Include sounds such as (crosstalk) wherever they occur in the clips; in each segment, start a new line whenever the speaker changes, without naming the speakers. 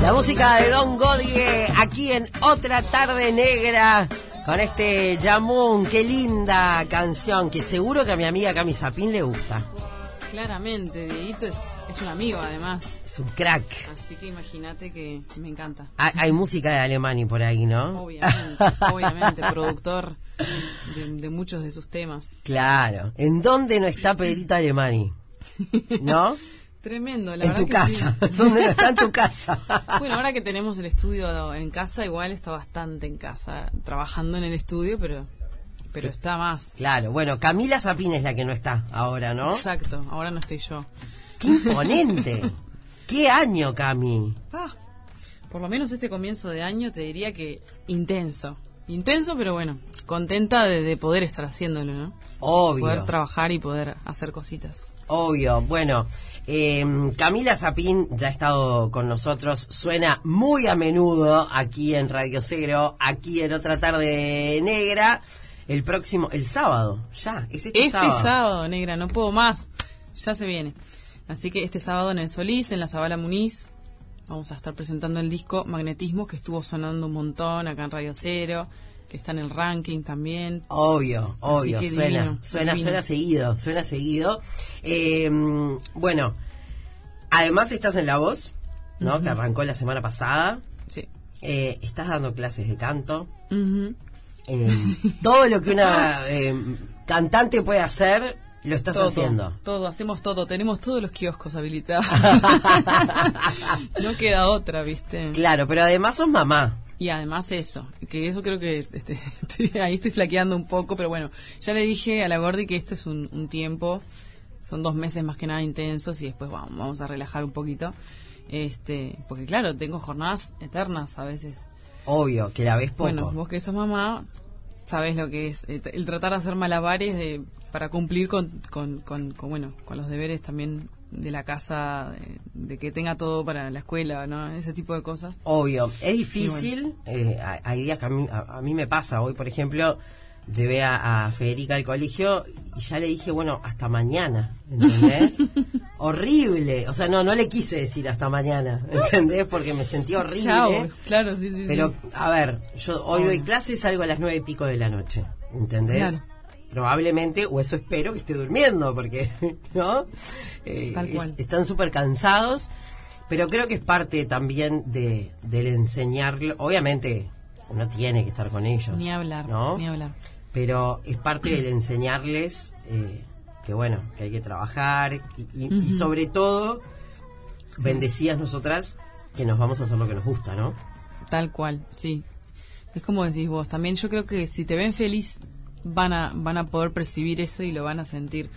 La música de Don Godie aquí en Otra Tarde Negra con este Yamun. Qué linda canción que seguro que a mi amiga Cami Sapín le gusta.
Claramente, Dieguito es, es un amigo además.
Es un crack.
Así que imagínate que me encanta.
Hay, hay música de Alemani por ahí, ¿no? (laughs)
Obviamente, obviamente, productor de, de muchos de sus temas. (laughs)
Claro. ¿En dónde no está Pedrito Alemani? ¿No?
Tremendo, la
en
verdad
tu
que
casa.
sí.
(laughs) ¿Dónde no está en tu
(laughs)
casa?
Bueno, ahora que tenemos el estudio en casa, igual está bastante en casa, trabajando en el estudio, pero pero está más.
Claro, bueno, Camila Sapín es la que no está ahora, ¿no?
Exacto, ahora no estoy yo.
¡Qué
(laughs)
imponente! ¡Qué año, Cami!
Ah, por lo menos este comienzo de año te diría que intenso. Intenso, pero bueno, contenta de, de poder estar haciéndolo, ¿no? Poder
Obvio,
trabajar y poder hacer cositas.
obvio. Bueno, eh, Camila Sapín ya ha estado con nosotros, suena muy a menudo aquí en Radio Cero, aquí en Otra Tarde Negra, el próximo, el sábado, ya, es este,
Este sábado. negra, no puedo más. Ya se viene. Así que este sábado en el Solís, en la Zabala Muniz, vamos a estar presentando el disco Magnetismo, que estuvo sonando un montón acá en Radio Cero, que está en el ranking también.
Obvio, obvio,
que
suena,
divino,
suena,
divino.
suena seguido, suena seguido. Eh, bueno, además estás en La Voz, ¿no? Que arrancó la semana pasada.
Sí.
Eh, estás dando clases de canto.
Ujú.
Eh, todo lo que una eh, cantante puede hacer, lo estás
todo,
haciendo.
Todo, hacemos todo. Tenemos todos los
(laughs)
kioscos habilitados. no queda otra, ¿viste?
Claro, pero además sos mamá.
Y además eso, que eso creo que este, (laughs) estoy- ahí estoy flaqueando un poco, pero bueno, ya le dije a la Gordi que esto es un, un tiempo, son dos meses más que nada intensos y después vamos, vamos a relajar un poquito. Este, porque claro, tengo jornadas eternas a veces.
Obvio, que la ves poco.
Bueno, vos que sos mamá, sabés lo que es eh, t- el tratar de hacer malabares de, para cumplir con, con, con- con, bueno, con los deberes también de la casa, de, de que tenga todo para la escuela, ¿no? Ese tipo de cosas.
Obvio, es difícil. eh, hay- hay días que a mí, a- a mí me pasa. Hoy, por ejemplo, llevé a, a Federica al colegio y ya le dije, bueno, hasta mañana.
(laughs)
¿Entendés? horrible. O sea, no, no le quise decir hasta mañana.
(laughs)
¿Entendés? Porque me sentí horrible. ¿eh?
Chao, claro, sí, sí, sí.
Pero, a ver, yo hoy doy clases, salgo a las nueve y pico de la noche. ¿Entendés?
Claro.
Probablemente, o eso espero, que esté durmiendo, porque, (laughs) ¿no? Eh,
Tal cual.
es- Están súper cansados, pero creo que es parte también de, del enseñar. Obviamente, uno tiene que estar con ellos.
Ni hablar,
¿no?
ni hablar.
Pero es parte del enseñarles eh, que, bueno, que hay que trabajar y, y- y sobre todo, bendecidas nosotras, que nos vamos a hacer lo que nos gusta, ¿no?
Tal cual, sí. Es como decís vos, también yo creo que si te ven feliz van a, van a poder percibir eso y lo van a sentir.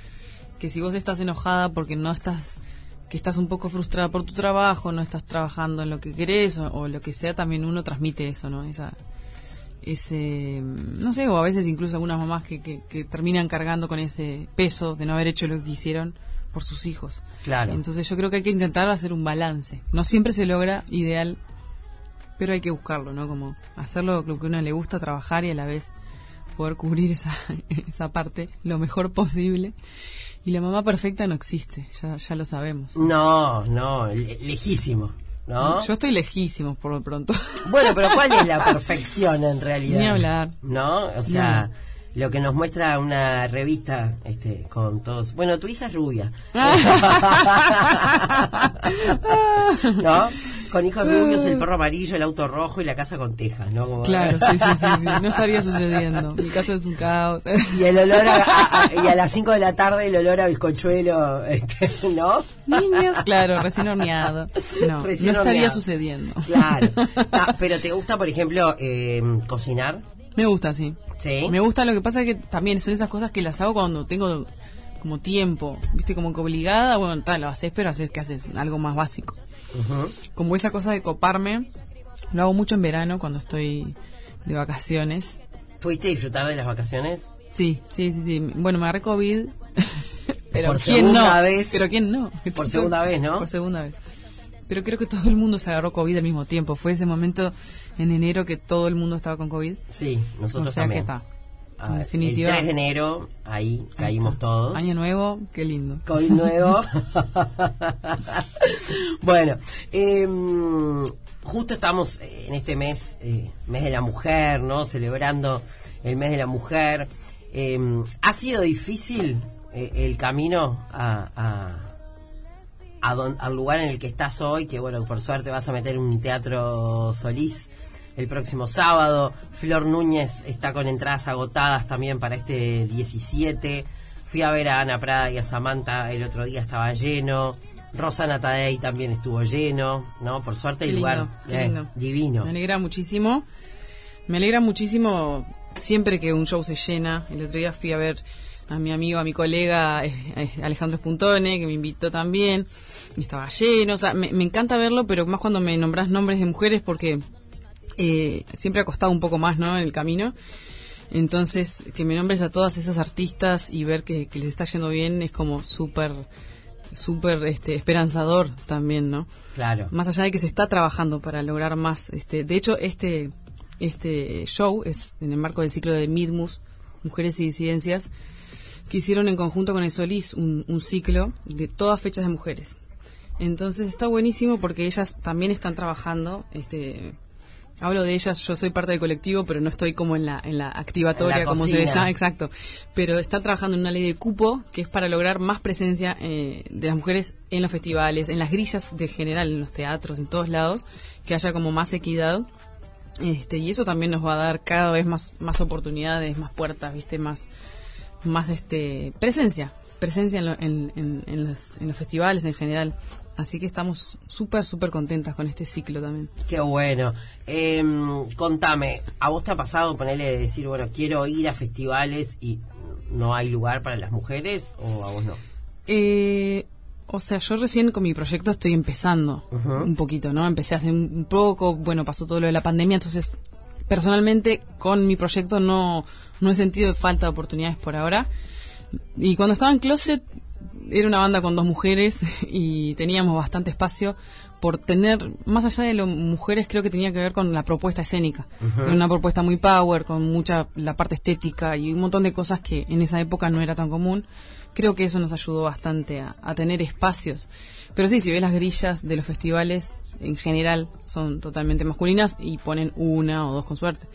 Que si vos estás enojada porque no estás, que estás un poco frustrada por tu trabajo, no estás trabajando en lo que querés o, o lo que sea, también uno transmite eso, ¿no? Esa, ese, no sé, o a veces incluso algunas mamás que, que, que terminan cargando con ese peso de no haber hecho lo que quisieron por sus hijos.
Claro.
Entonces yo creo que hay que intentar hacer un balance. No siempre se logra ideal, pero hay que buscarlo, ¿no? Como hacerlo lo que a uno le gusta, trabajar y a la vez poder cubrir esa, (laughs) esa parte lo mejor posible. Y la mamá perfecta no existe, ya, ya lo sabemos.
No, no, le- lejísimo, ¿no?
Yo estoy lejísimo por lo pronto.
Bueno, pero ¿cuál es la perfección en realidad?
(laughs) Ni hablar.
¿No? O sea, lo que nos muestra una revista este, con todos... Bueno, tu hija es
(laughs)
rubia. (laughs) ¿No? Con hijos rubios, el perro amarillo, el auto rojo y la casa con tejas, ¿no? Como-
(laughs) Claro, sí, sí, sí, sí, no estaría sucediendo. Mi casa es un caos.
(laughs) Y el olor a, a- a- y a las 5 de la tarde el olor a bizcochuelo, este, (laughs) ¿no?
(laughs) Niños, claro, recién horneado. No,
Recién
no estaría
horneado.
sucediendo. (laughs)
Claro. Ah, pero ¿te gusta, por ejemplo, eh, cocinar?
Me gusta, sí.
Sí.
Me gusta, lo que pasa es que también son esas cosas que las hago cuando tengo como tiempo, viste, como que obligada, bueno, tal, lo haces, pero haces que haces algo más básico.
Ujú.
Como esa cosa de coparme, lo hago mucho en verano cuando estoy de vacaciones.
¿Pudiste disfrutar de las vacaciones?
Sí, sí, sí, sí. Bueno, me agarré COVID. (laughs) pero
Por
¿quién
segunda
no?
vez.
Pero ¿quién no?
Por segunda vez, ¿no?
Por segunda vez. Pero creo que todo el mundo se agarró COVID al mismo tiempo. Fue ese momento en enero que todo el mundo estaba con COVID.
Sí, nosotros
o sea
también.
que está.
Ah,
En
El
definitiva.
3 de enero, ahí caímos todos. (laughs)
Año nuevo, qué lindo.
COVID
(laughs)
nuevo. bueno, eh, justo estamos en este mes, eh, mes de la mujer, ¿no? Celebrando el mes de la mujer. Eh, ¿Ha sido difícil eh, el camino a, a, a don, al lugar en el que estás hoy? Que bueno, por suerte vas a meter un teatro Solís el próximo sábado. Flor Núñez está con entradas agotadas también para este 17. Fui a ver a Ana Prada y a Samantha el otro día, estaba lleno. Rosana Tadei también estuvo lleno, ¿no? Por suerte el lugar eh, divino.
Me alegra muchísimo. Me alegra muchísimo siempre que un show se llena. El otro día fui a ver a mi amigo, a mi colega eh, eh, Alejandro Spuntone, que me invitó también. Y estaba lleno. O sea, me, me encanta verlo, pero más cuando me nombras nombres de mujeres porque eh, siempre ha costado un poco más, ¿no? En el camino. Entonces, que me nombres a todas esas artistas y ver que, que les está yendo bien es como súper súper este, esperanzador también, ¿no?
Claro.
Más allá de que se está trabajando para lograr más. Este, de hecho, este, este show es en el marco del ciclo de Midmus, Mujeres y Disidencias, que hicieron en conjunto con el Solís un, un ciclo de todas fechas de mujeres. Entonces está buenísimo porque ellas también están trabajando. Este, hablo de ellas, yo soy parte del colectivo, pero no estoy como en la, en la activatoria,
En la
como se
cocina.
ve ya, exacto. Pero está trabajando en una ley de cupo que es para lograr más presencia eh, de las mujeres en los festivales, en las grillas de general, en los teatros, en todos lados, que haya como más equidad. Este, y eso también nos va a dar cada vez más, más oportunidades, más puertas, viste, más, más este presencia, presencia en, lo- en- en- en los, en los festivales en general. Así que estamos súper, súper contentas con este ciclo también.
Qué bueno. Em, contame, ¿a vos te ha pasado ponerle de decir, bueno, quiero ir a festivales y no hay lugar para las mujeres o a vos no?
Eh, o sea, yo recién con mi proyecto estoy empezando un poquito, ¿no? Empecé hace un un poco, bueno, pasó todo lo de la pandemia, entonces personalmente con mi proyecto no, no he sentido falta de oportunidades por ahora. Y cuando estaba en Closet era una banda con dos mujeres (laughs) y teníamos bastante espacio por tener, más allá de lo mujeres, creo que tenía que ver con la propuesta escénica. Era una propuesta muy power, con mucha la parte estética y un montón de cosas que en esa época no era tan común. Creo que eso nos ayudó bastante a, a tener espacios. Pero sí, si ves las grillas de los festivales, en general son totalmente masculinas y ponen una o dos con suerte.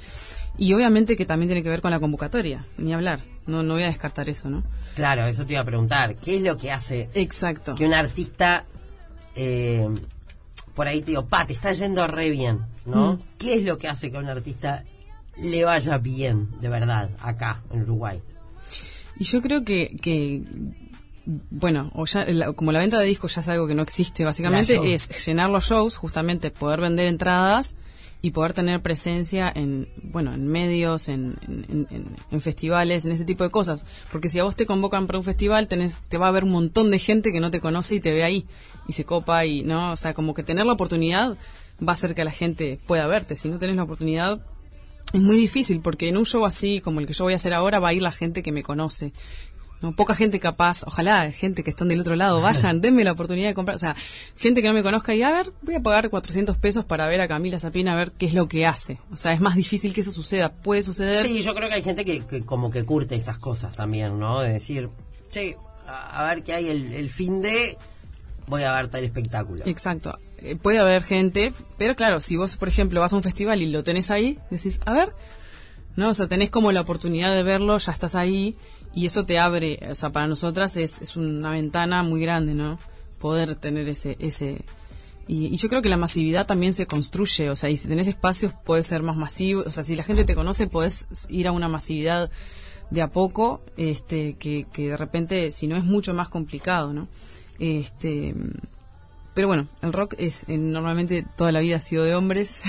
Y obviamente que también tiene que ver con la convocatoria, ni hablar. No, no voy a descartar eso, ¿no?
Claro, eso te iba a preguntar. ¿Qué es lo que hace
Exacto.
que un artista, eh, por ahí te digo, pa, te está yendo re bien, ¿no? ¿Qué es lo que hace que a un artista le vaya bien, de verdad, acá, en Uruguay?
Y yo creo que, que bueno, o ya, la- como la venta de discos ya es algo que no existe, básicamente
Claro.
es llenar los shows, justamente poder vender entradas y poder tener presencia en, bueno, en medios, en, en- en- en festivales, en ese tipo de cosas. Porque si a vos te convocan para un festival, tenés, te va a ver un montón de gente que no te conoce y te ve ahí y se copa y, ¿no? O sea, como que tener la oportunidad va a hacer que la gente pueda verte. Si no tenés la oportunidad, es muy difícil porque en un show así como el que yo voy a hacer ahora va a ir la gente que me conoce. No, poca gente capaz, ojalá gente que están del otro lado vayan, denme la oportunidad de comprar, o sea, gente que no me conozca y a ver, voy a pagar 400 pesos para ver a Camila Sapina a ver qué es lo que hace. O sea, es más difícil que eso suceda, puede suceder.
Sí, yo creo que hay gente que, que como que curte esas cosas también, ¿no? De decir, che, a, a ver qué hay el, el fin de, voy a ver tal espectáculo.
Exacto. Eh, puede haber gente, pero claro, si vos, por ejemplo, vas a un festival y lo tenés ahí, decís, a ver, ¿no? O sea, tenés como la oportunidad de verlo, ya estás ahí, y eso te abre, o sea, para nosotras es, es una ventana muy grande, ¿no? Poder tener ese... ese y, y yo creo que la masividad también se construye, o sea, y si tenés espacios puedes ser más masivo, o sea, si la gente te conoce podés ir a una masividad de a poco, este, que, que de repente, si no es mucho más complicado, ¿no? Este, pero bueno, el rock es eh, normalmente toda la vida ha sido de hombres,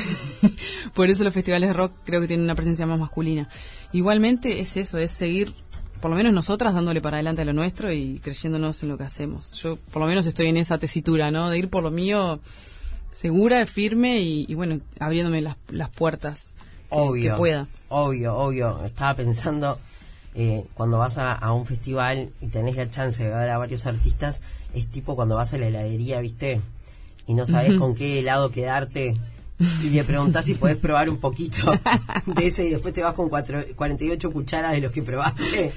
(laughs) por eso los festivales de rock creo que tienen una presencia más masculina. Igualmente es eso, es seguir, por lo menos nosotras, dándole para adelante a lo nuestro y creyéndonos en lo que hacemos. Yo por lo menos estoy en esa tesitura, ¿no? De ir por lo mío segura, firme y, y bueno, abriéndome las, las puertas que-
obvio,
que pueda.
Obvio, obvio. Estaba pensando, eh, cuando vas a, a un festival y tenés la chance de ver a varios artistas, es tipo cuando vas a la heladería, ¿viste? Y no sabes con qué helado quedarte. y le preguntás si podés probar un
(laughs)
poquito de ese y después te vas con cuatro, 48 cucharas de los que probaste.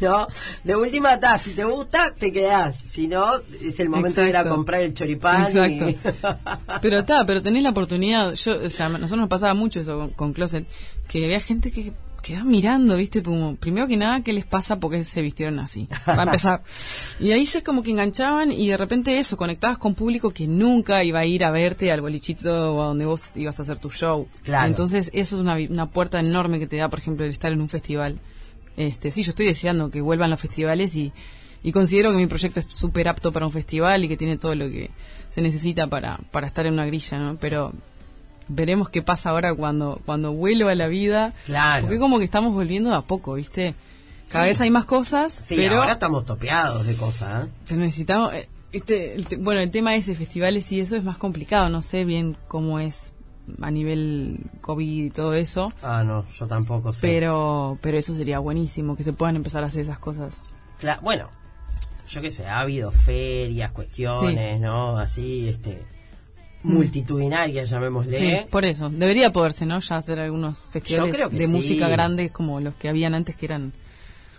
¿No? De última, ta, si te gusta, te quedás. Si no, es el momento Exacto. de ir a comprar el choripán.
Exacto. Y... (laughs) pero está, pero tenés la oportunidad. Yo, o sea, nosotros nos pasaba mucho eso con, con Closet, que había gente que quedas mirando, ¿viste? Como, primero que nada, ¿qué les pasa porque se vistieron así? Va a (laughs) empezar. y ahí ya es como que enganchaban y de repente eso, conectabas con público que nunca iba a ir a verte al bolichito o a donde vos ibas a hacer tu show. Claro. Entonces, eso es una, una puerta enorme que te da, por ejemplo, el estar en un festival. Este, sí, yo estoy deseando que vuelvan los festivales y, y considero que mi proyecto es súper apto para un festival y que tiene todo lo que se necesita para, para estar en una grilla, ¿no? Pero veremos qué pasa ahora cuando cuando vuelva a la vida.
Claro.
Porque como que estamos volviendo de a poco, ¿viste? Cada sí. vez hay más cosas,
(laughs) sí,
pero
ahora estamos topeados de cosas.
¿eh? Necesitamos este el, bueno, el tema es de festivales y eso es más complicado, no sé bien cómo es a nivel COVID y todo eso.
Ah, no, yo tampoco sé.
Pero pero eso sería buenísimo que se puedan empezar a hacer esas cosas.
Cla bueno, yo qué sé, ha habido ferias, cuestiones, sí. ¿no? Así este multitudinaria, llamémosle.
Sí, por eso. Debería poderse, ¿no? Ya hacer algunos festivales de sí. música grandes como los que habían antes, que eran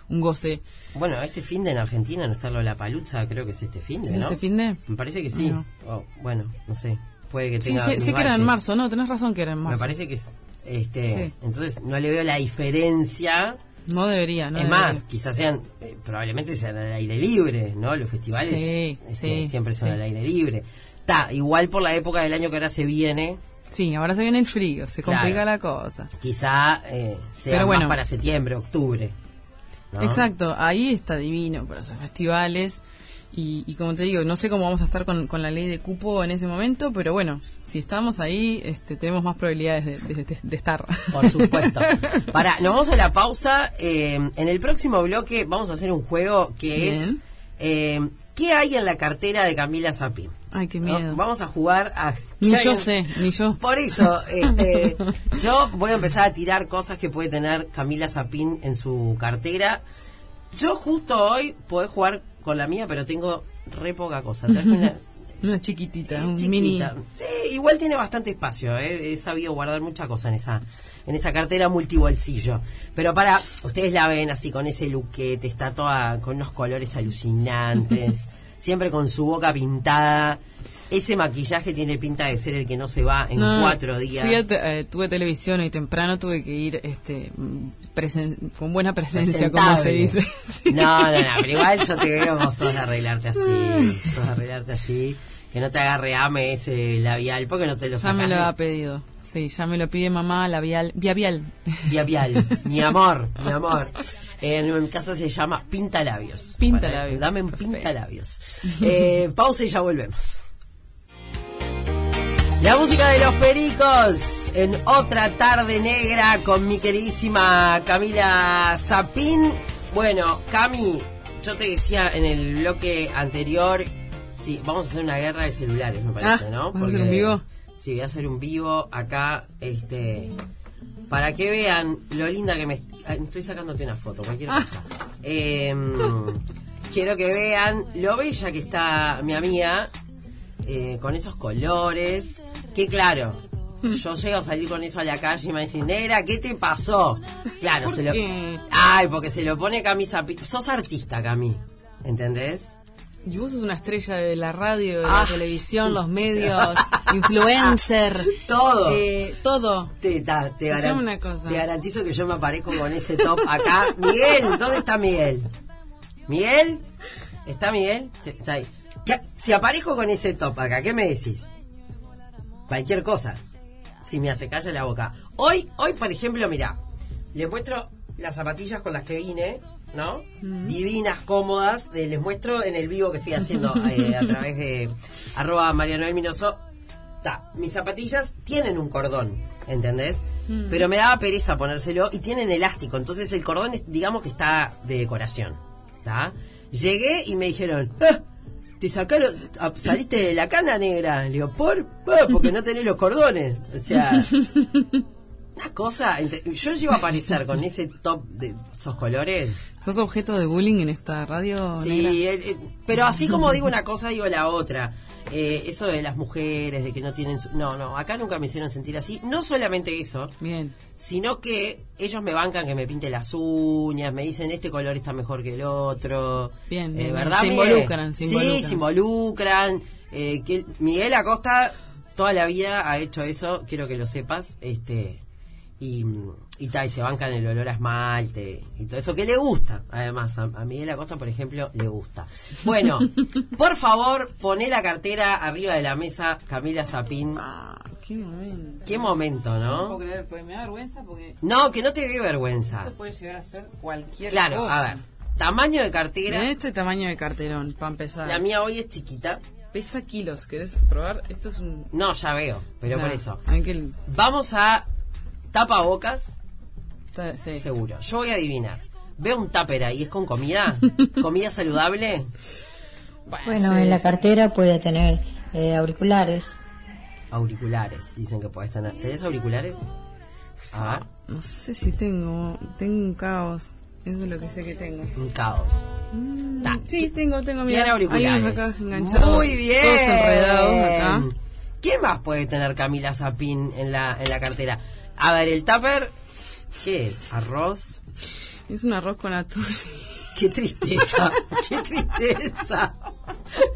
un goce.
Bueno, este fin de en Argentina no está lo de la palucha, creo que es este fin de, ¿no?
¿Es este fin de?
Me parece que sí. No. Oh, bueno, no sé. Puede que
sí,
tenga.
sé, sé que era en marzo, ¿no? Tenés razón que era en marzo.
Me parece que es. Este, Entonces, no le veo la diferencia.
No debería, ¿no?
Es
debería.
más, quizás sean, eh, probablemente sean al aire libre, ¿no? Los festivales este, siempre son al aire libre está, igual por la época del año que ahora se viene.
Sí, ahora se viene el frío, se complica claro. la cosa.
Quizá eh, sea Pero bueno. más para septiembre, octubre.
¿no? Exacto, ahí está divino para hacer festivales. Y, y, como te digo, no sé cómo vamos a estar con, con, la ley de cupo en ese momento, pero bueno, si estamos ahí, este, tenemos más probabilidades de, de, de, de estar.
Por
(laughs)
supuesto. Para, nos vamos a la pausa. Eh, en el próximo bloque vamos a hacer un juego que Bien. es eh, ¿Qué hay en la cartera de Camila Zapin?
Ay, qué miedo. ¿No?
Vamos a jugar a...
Ni yo en... sé, ni yo.
Por eso, este, yo voy a empezar a tirar cosas que puede tener Camila Zapin en su cartera. Yo justo hoy podés jugar con la mía, pero tengo re poca cosa.
Una, una chiquitita, eh, un chiquita.
mini. Sí, igual tiene bastante espacio. Eh. He sabido guardar mucha cosa en esa en esa cartera multibolsillo. Pero para, ustedes la ven así con ese luquete, está toda con unos colores
(laughs)
alucinantes, siempre con su boca pintada. Ese maquillaje tiene pinta de ser el que no se va en no, cuatro días.
Fui a te, eh, tuve televisión y temprano tuve que ir este presen, con buena presencia, como se dice.
(laughs)
(laughs)
sí. No, no, no, pero igual yo te veo, vos sos de arreglarte
(laughs)
así, sos de arreglarte así que no te agarre ame ese labial porque no te lo sacan.
Ya me lo ha pedido. Sí, ya me lo pide mamá labial, viabial.
Viabial, mi amor, mi amor. Eh, en mi casa se llama pinta labios.
Pinta labios. Eso.
Dame un pinta labios. Eh, pausa y ya volvemos. La música de los pericos en otra tarde negra con mi queridísima Camila Zapín. Bueno, Cami, yo te decía en el bloque anterior Sí, vamos a hacer una guerra de celulares, me parece,
ah,
¿no?
Porque, a hacer un vivo?
Sí, voy a hacer un vivo acá, este... Para que vean lo linda que me... Estoy sacándote una foto, cualquier cosa. Ah. Eh, quiero que vean lo bella que está mi amiga, eh, con esos colores, que claro...
Mm.
Yo llego a salir con eso a la calle y me dicen, negra, ¿qué te pasó? Claro,
¿Por
se lo...
Qué?
Ay, porque se lo pone camisa... Sos artista, Cami, ¿entendés?
Y vos sos una estrella de la radio, de ah, la televisión, los medios, (laughs) influencer.
Todo.
Eh, todo.
Te, ta, te, garan
una cosa.
te, garantizo que yo me aparezco con ese top acá. (laughs) Miguel, ¿dónde está Miguel? ¿Miguel? ¿Está Miguel? Sí, está ahí. ¿Qué, si aparezco con ese top acá, ¿qué me decís? Cualquier cosa. Si me hace calla la boca. Hoy, hoy por ejemplo, mirá, le muestro las zapatillas con las que vine. ¿no? Mm. Divinas, cómodas. Eh, les muestro en el vivo que estoy haciendo eh, a través de arroba Mariano Minoso. Ta, mis zapatillas tienen un cordón, ¿entendés? Mm. Pero me daba pereza ponérselo y tienen elástico. Entonces el cordón, es, digamos que está de decoración. ¿ta? Llegué y me dijeron... ¡Ah! Te sacaron, saliste de Ah, la cana negra, Leopor, ah, porque no tenés los cordones. O sea, Una cosa, ente- yo llevo a aparecer con ese top de esos colores.
¿Sos objeto de bullying en esta radio? Oh, negra?
Sí, eh, eh, pero así como digo una cosa, digo la otra. Eh, eso de las mujeres, de que no tienen... su- No, no, acá nunca me hicieron sentir así. No solamente eso,
Bien.
sino que ellos me bancan que me pinte las uñas, me dicen este color está mejor que el otro. Eh,
Bien, bien, bien.
¿verdad?
Se
Miguel?
involucran, se
sí,
involucran.
se involucran. Eh, que Miguel Acosta toda la vida ha hecho eso, quiero que lo sepas. este Y, y, ta, y se bancan el olor a esmalte y todo eso, que le gusta, además. A, a Miguel Acosta, por ejemplo, le gusta.
(laughs)
Bueno, por favor, poné la cartera arriba de la mesa, Camila Zapín.
Ah, qué momento.
Qué momento,
No puedo
¿no?
creer, pues me da vergüenza porque
No, que no te dé vergüenza.
esto puede llegar a ser cualquier
Claro,
cosa.
a ver. Tamaño de cartera.
Mirá este tamaño de carterón, para empezar.
La mía hoy es chiquita.
Pesa kilos. ¿Querés probar? Esto es un...
No, ya veo, pero
Ah,
por eso.
hay que-
Vamos a tapabocas,
está- sí.
seguro. Yo voy a adivinar. Veo un tupper ahí, ¿es con
(laughs)
comida? ¿Comida saludable?
Bueno, en la cartera puede tener eh, auriculares.
Auriculares, dicen que podés tener. ¿Tenés auriculares? A ver,
No sé si tengo. Tengo un caos. Eso es lo que sé que tengo.
un caos. Ta.
Sí, tengo, tengo. Mirá,
Tiene
Hay
auriculares.
unos acá enganchados.
Muy bien.
Todos enredados acá.
¿Qué más puede tener Camila Zapín en la, en la cartera? A ver, el tupper, ¿qué es? ¿Arroz?
Es un arroz con atún.
Qué tristeza, (laughs) qué tristeza.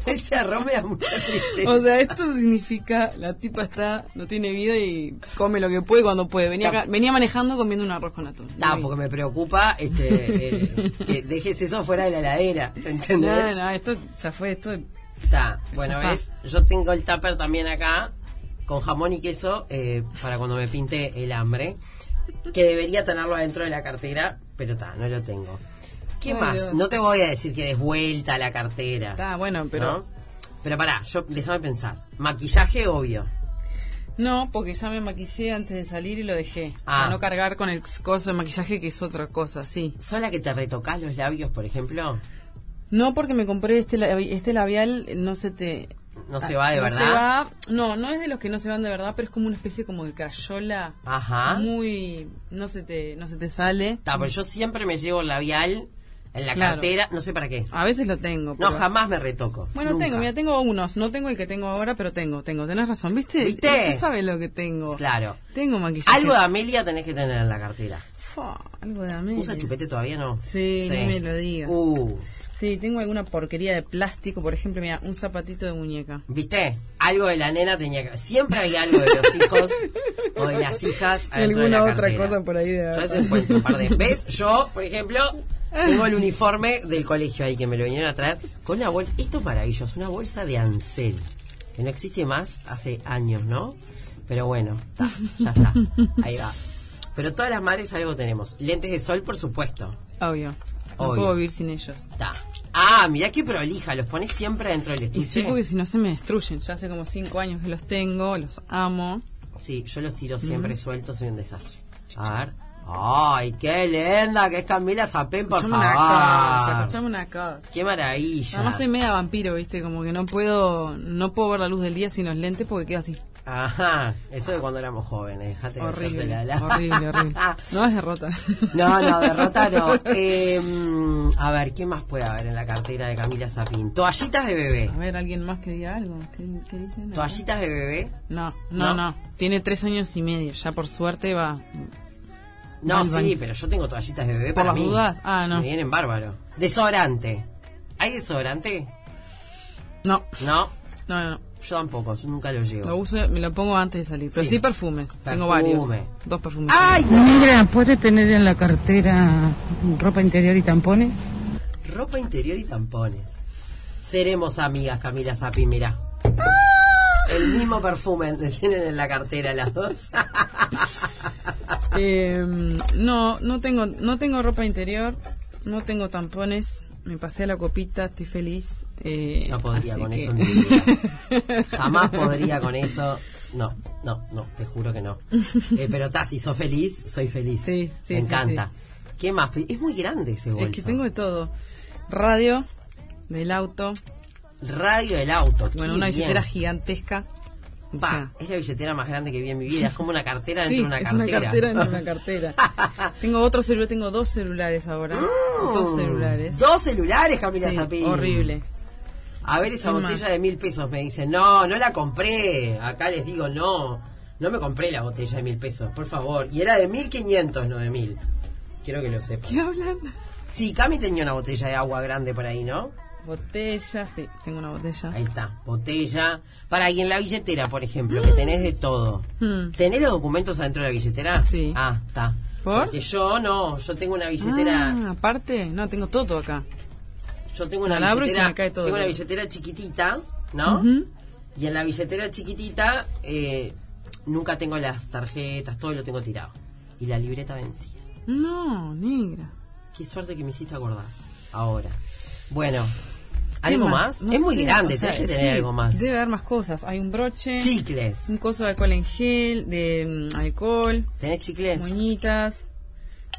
Ese arroz me da mucha tristeza.
O sea, esto significa la tipa está, no tiene vida y come lo que puede cuando puede. Venía, acá- venía manejando comiendo un arroz con atún.
No,
No,
porque me preocupa este, eh, que dejes eso fuera de la heladera, ¿te ¿entendés?
no, no, esto ya fue, esto
Está, bueno,
Ya
ves, yo tengo el tupper también acá, con jamón y queso, eh, para cuando me pinte el hambre, que debería tenerlo adentro de la cartera, pero está, no lo tengo. ¿Qué
Ay,
más?
Dios.
No te voy a decir que des vuelta a la cartera.
está bueno, pero
¿no? Pero pará, yo, déjame pensar. Maquillaje, obvio.
no. porque ya me maquillé antes de salir y lo dejé.
Ah.
Para no cargar con el coso de maquillaje que es otra cosa, sí.
¿Sola que te retocas los labios, por ejemplo?
No porque me compré este labi- este labial, no se te
No se va de
Ah, no
verdad.
se va- no, no es de los que no se van de verdad, pero es como una especie como de crayola
Ajá.
Mm. muy no se te no se te sale.
Está, pero yo siempre me llevo el labial en la
Claro.
cartera, no sé para qué.
A veces lo tengo.
No,
pero-
jamás me retoco.
Bueno,
nunca.
tengo, mira, tengo unos. No tengo el que tengo ahora, pero tengo, tengo. Tenés razón, ¿viste?
¿Viste?
Ella sabe lo que tengo.
Claro.
Tengo maquillaje.
Algo de Amelia tenés que tener en la cartera.
Fua, algo de Amelia.
¿Usa chupete todavía no?
Sí, ni me lo digas.
Uh,
Sí, tengo alguna porquería de plástico. Por ejemplo, mira, un zapatito de muñeca.
¿viste? Algo de la nena tenía que... Siempre hay algo de los hijos o de las
(laughs)
hijas adentro de la
Alguna otra
cartera.
cosa por ahí de-
Yo a veces encuentro un par
(laughs)
de... ¿Ves? Yo, por ejemplo... Tengo el uniforme del colegio ahí que me lo vinieron a traer con una bolsa. Esto es maravilloso, una bolsa de Ansel, que no existe más hace años, ¿no? Pero bueno, está, ya está, ahí va. Pero todas las madres algo tenemos. Lentes de sol, por supuesto.
Obvio. No
Obvio.
puedo vivir sin ellos.
Ta. Ah, mirá qué prolija, los pones siempre dentro del
Y
estuche.
sí, porque si no se me destruyen. Ya hace como cinco años que los tengo, los amo.
Sí, yo los tiro siempre sueltos, soy un desastre. A ver. ¡Ay, qué linda que es Camila Zapén, por
Escuchame una cosa,
favor!
escuchame una cosa.
¡Qué maravilla!
Además soy media vampiro, ¿viste? Como que no puedo no puedo ver la luz del día sin los lentes porque queda así.
Ajá, eso de cuando éramos jóvenes, dejate de
Horrible,
hacerte la- la-
horrible, (laughs) horrible. No es derrota.
(laughs) No, no, derrota
(laughs)
no.
Eh,
Em, a ver, ¿qué más puede haber en la cartera de Camila Zapín? Toallitas de bebé.
A ver, alguien más que diga algo. ¿Qué, qué dicen?
Toallitas de bebé.
No, no,
¿No?
no, Tiene tres años y medio. Ya por suerte va.
No,
Mal,
sí,
mal.
pero yo tengo toallitas de bebé
¿Por
para
las
mí.
dudas? Ah, no.
Me vienen bárbaro. Desodorante. ¿Hay desodorante?
No,
No,
no, no.
yo tampoco, yo nunca lo
Lo
llevo.
uso, me lo pongo antes de salir. Pero
Sí.
sí, perfume.
Perfume.
Tengo varios. Dos perfumes.
¡Ay!
Negra, ¿puede tener en la cartera ropa interior y tampones?
Ropa interior y tampones. Seremos amigas, Camila Zapi, mira.
Ah.
El mismo perfume (laughs) tienen en la cartera las dos.
Eh, no, no tengo, no tengo ropa interior. No tengo tampones. Me pasé a la copita, estoy feliz. eh,
No podría
así
con
que-
eso en mi
(laughs)
vida. Jamás podría con eso. No, no, no, te juro que no. Eh, pero está, si sos feliz, soy feliz.
Sí, sí,
Me
sí,
encanta. ¿Qué más? Es muy grande ese bolso.
Es que tengo de todo. Radio, del auto,
Radio del auto.
bueno,
qué
una
bien.
billetera gigantesca.
Pa, es la billetera más grande que vi en mi vida. Es como una cartera dentro de una
es
cartera.
una cartera dentro
(laughs)
de una cartera. tengo otro celular, tengo dos celulares ahora. Dos celulares.
Oh. Dos celulares, Camila
Sí,
Zappi.
horrible.
A ver esa
Es más.
botella de mil pesos, me dicen. No, no la compré. Acá les digo, no. No me compré la botella de mil pesos, por favor. Y era de mil quinientos, no de mil. Quiero que lo sepan.
¿Qué hablan?
Sí, Cami tenía una botella de agua grande por ahí, ¿no?
Botella, sí, tengo una botella.
Ahí está, botella. Para ahí en la billetera, por ejemplo, que tenés de todo.
Mm.
¿Tenés los documentos adentro de la billetera?
Sí.
Ah, está.
¿Por?
Porque yo no, yo tengo una billetera.
Ah, aparte, no, tengo todo acá.
Yo tengo una
La abro y se
billetera,
me cae todo.
tengo una billetera chiquitita, ¿no?
Ujú.
Y en la billetera chiquitita eh, nunca tengo las tarjetas, todo lo tengo tirado. Y la libreta vencida.
No, negra.
Qué suerte que me hiciste acordar. Ahora. Bueno,
¿Qué
¿algo más?
No
es muy
sé,
grande,
o sea,
tenés que
sí,
tener algo más.
Debe haber más cosas. Hay un broche,
Chicles.
un coso de alcohol en gel, de mm, alcohol,
¿Tenés chicles?
moñitas.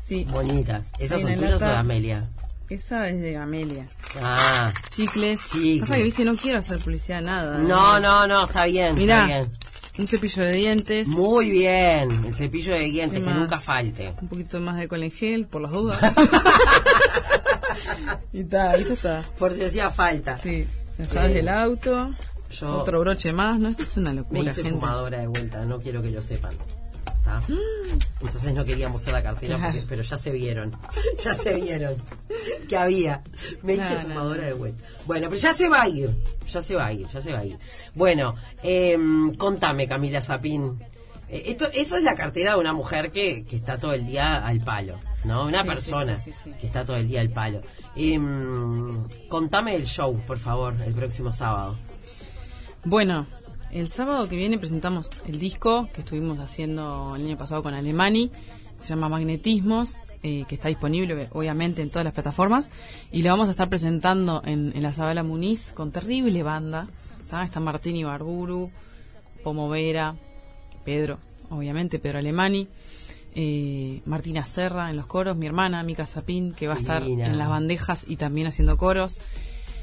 Sí,
Bonitas. ¿Esas
Hay
son
una
tuyas o
lata.
de Amelia?
esa es de Amelia.
Ah.
Chicles.
Chicles.
Pasa que, viste, no quiero hacer publicidad nada. ¿eh?
No, no, no, está bien.
Mirá,
Está bien.
un cepillo de dientes.
Muy bien. El cepillo de dientes,
¿Qué
que
más?
nunca falte.
un poquito más de alcohol en gel, por las
(laughs)
dudas. y tal, y ya está.
Por si hacía falta.
Sí, ya sabes
Eh,
del auto.
yo-
Otro broche más, ¿no? Esto es una
Me
locura,
hice
gente.
fumadora de vuelta, no quiero que lo sepan. ¿Tá?
(gasps)
Entonces no quería mostrar la cartera,
Claro.
porque- pero ya se vieron. (laughs) Ya se vieron que había. Me hice
No, no,
fumadora de vuelta. Bueno, pero ya se va a ir. Ya se va a ir, ya se va a ir. Bueno, eh, contame, Camila Zapín. Eh, Esto, eso es la cartera de una mujer que, que está todo el día al palo, ¿no? Una
Sí,
persona
sí, sí, sí, sí.
que está todo el día al palo. Em, contame el show, por favor, el próximo sábado.
Bueno, el sábado que viene presentamos el disco que estuvimos haciendo el año pasado con Alemani. Se llama Magnetismos, eh, que está disponible obviamente en todas las plataformas. Y lo vamos a estar presentando en, en la Sabala Muniz con terrible banda. ¿tá? Está Martín Ibarburu, Pomo Vera, Pedro, obviamente, Pedro Alemani. eh, Martina Serra en los coros, mi hermana Mica Sapín, que va a estar
Divina.
en las bandejas y también haciendo coros.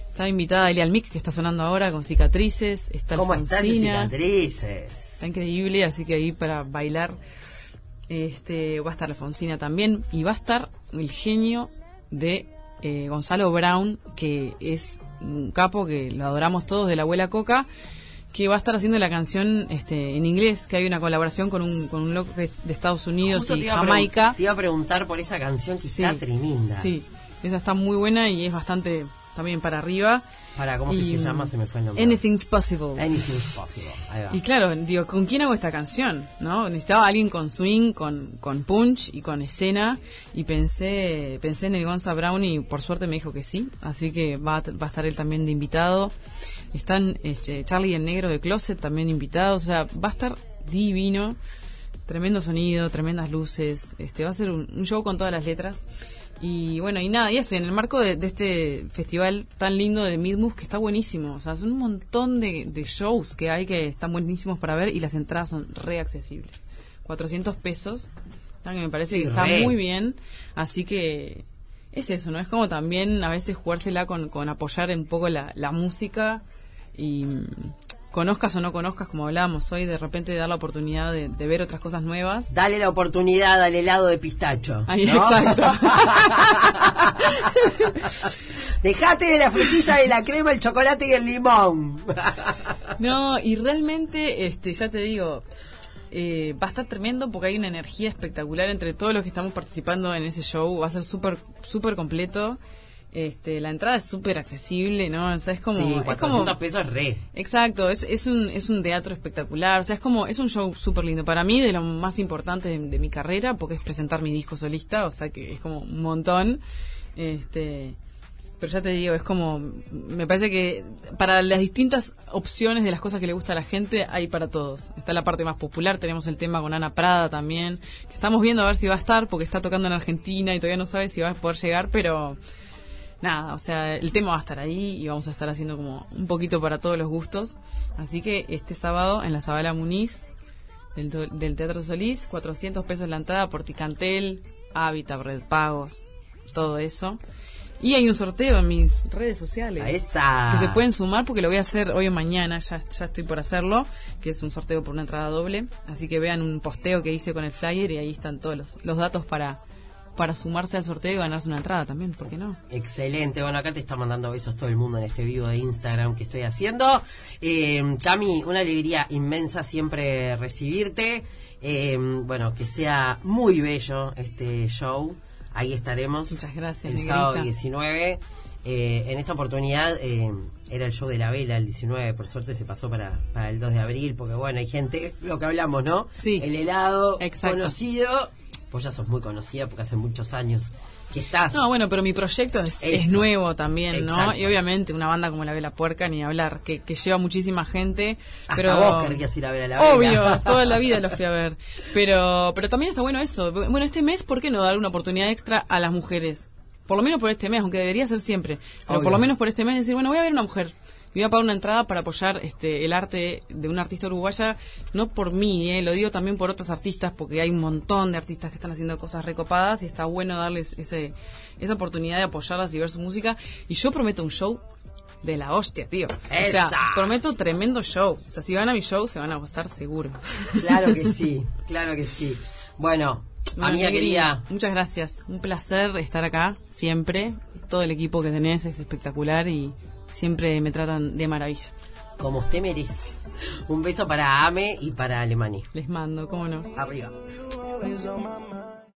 Está invitada Elia Almic, que está sonando ahora con cicatrices. Está
¿Cómo están esas
Alfonsina.
cicatrices?
Está increíble, así que ahí para bailar. Este, va a estar Alfonsina también. Y va a estar el genio de eh, Gonzalo Brown, que es un capo que lo adoramos todos de la abuela Coca, que va a estar haciendo la canción este, en inglés, que hay una colaboración con un, con un loco que es de Estados Unidos
Justo
y
iba a pregun-
Jamaica.
Te iba a preguntar por esa canción que
Sí.
está tremenda.
Sí, esa está muy buena y es bastante también para arriba.
Para, ¿cómo que
Y,
se llama? Se me fue el nombre.
Anything's possible.
Anything's possible. Ahí va.
Y claro, digo, ¿con quién hago esta canción? ¿No? Necesitaba alguien con swing, con, con punch y con escena. Y pensé, pensé en el Gonza Brown y por suerte me dijo que sí. Así que va, a- va a estar él también de invitado. Están este, Charlie el Negro de Closet también invitado. O sea, va a estar divino. Tremendo sonido, tremendas luces. Este va a ser un, un show con todas las letras. Y bueno, y nada, y eso, y en el marco de, de este festival tan lindo de Midmus, que está buenísimo. O sea, son un montón de, de shows que hay que están buenísimos para ver y las entradas son re accesibles. 400 pesos, ¿tá? que me parece
Sí,
que está
re.
muy bien. Así que es eso, ¿no? Es como también a veces jugársela con, con apoyar un poco la, la música y mm, conozcas o no conozcas, como hablábamos hoy, de repente dar la oportunidad de, de ver otras cosas nuevas.
Dale la oportunidad al helado de pistacho.
Ahí,
¿no?
exacto.
(laughs) Dejate de la frutilla, de la crema, el chocolate y el
(laughs)
limón.
No, y realmente, este, ya te digo, eh, va a estar tremendo porque hay una energía espectacular entre todos los que estamos participando en ese show. Va a ser súper, súper completo. Este, la entrada es súper accesible, ¿no? O sea, es como...
sí,
es
400
como-
pesos re.
Exacto, es, es, un, es un teatro espectacular, o sea, es como, es un show súper lindo para mí, de lo más importante de, de mi carrera, porque es presentar mi disco solista, o sea que es como un montón, este, pero ya te digo, es como, me parece que para las distintas opciones de las cosas que le gusta a la gente, hay para todos. Está la parte más popular, tenemos el tema con Ana Prada también, que estamos viendo a ver si va a estar, porque está tocando en Argentina y todavía no sabe si va a poder llegar, pero nada, o sea, el tema va a estar ahí y vamos a estar haciendo como un poquito para todos los gustos. Así que este sábado en la Zabala Muniz del, do- del Teatro Solís, 400 pesos la entrada por Ticantel, Habitat, Red Pagos, todo eso. Y hay un sorteo en mis redes sociales.
A esa.
Que se pueden sumar porque lo voy a hacer hoy o mañana, ya, ya estoy por hacerlo, que es un sorteo por una entrada doble. Así que vean un posteo que hice con el flyer y ahí están todos los, los datos para, para sumarse al sorteo y ganarse una entrada también, ¿por qué no?
Excelente. Bueno, acá te está mandando besos todo el mundo en este vivo de Instagram que estoy haciendo. Eh, Cami, una alegría inmensa siempre recibirte. Eh, bueno, que sea muy bello este show. Ahí estaremos.
Muchas gracias,
El
negrita.
sábado 19. Eh, en esta oportunidad eh, era el show de la vela, el 19. Por suerte se pasó para, para el 2 de abril, porque bueno, hay gente, lo que hablamos, ¿no?
Sí.
El helado
Exacto.
conocido. Vos ya sos muy conocida porque hace muchos años que estás.
No, bueno, pero mi proyecto es, es
Eso.
nuevo también, ¿no?
Exacto.
Y obviamente una banda como La Vela Puerca, ni hablar, que, que lleva muchísima gente.
Hasta
pero
vos querrías ir a ver a La Vela.
Obvio, toda la
(laughs)
vida lo fui a ver. Pero, pero también está bueno eso. Bueno, este mes, ¿por qué no dar una oportunidad extra a las mujeres? Por lo menos por este mes, aunque debería ser siempre. Pero
Obvio.
por lo menos por este mes decir, bueno, voy a ver una mujer. Y voy a pagar una entrada para apoyar este, el arte de una artista uruguaya, no por mí, eh, lo digo también por otras artistas, porque hay un montón de artistas que están haciendo cosas recopadas y está bueno darles ese, esa oportunidad de apoyarlas y ver su música. Y yo prometo un show de la hostia, tío. O
¡Esa!
sea, prometo tremendo show. O sea, si van a mi show, se van a gozar seguro.
Claro que sí, claro que sí. Bueno,
Bueno,
amiga
Negri,
querida,
Muchas gracias. Un placer estar acá, siempre. Todo el equipo que tenés es espectacular y siempre me tratan de maravilla.
como usted merece. Un beso para Ame y para Alemania.
Les mando, cómo no.
Arriba.
always on my mind.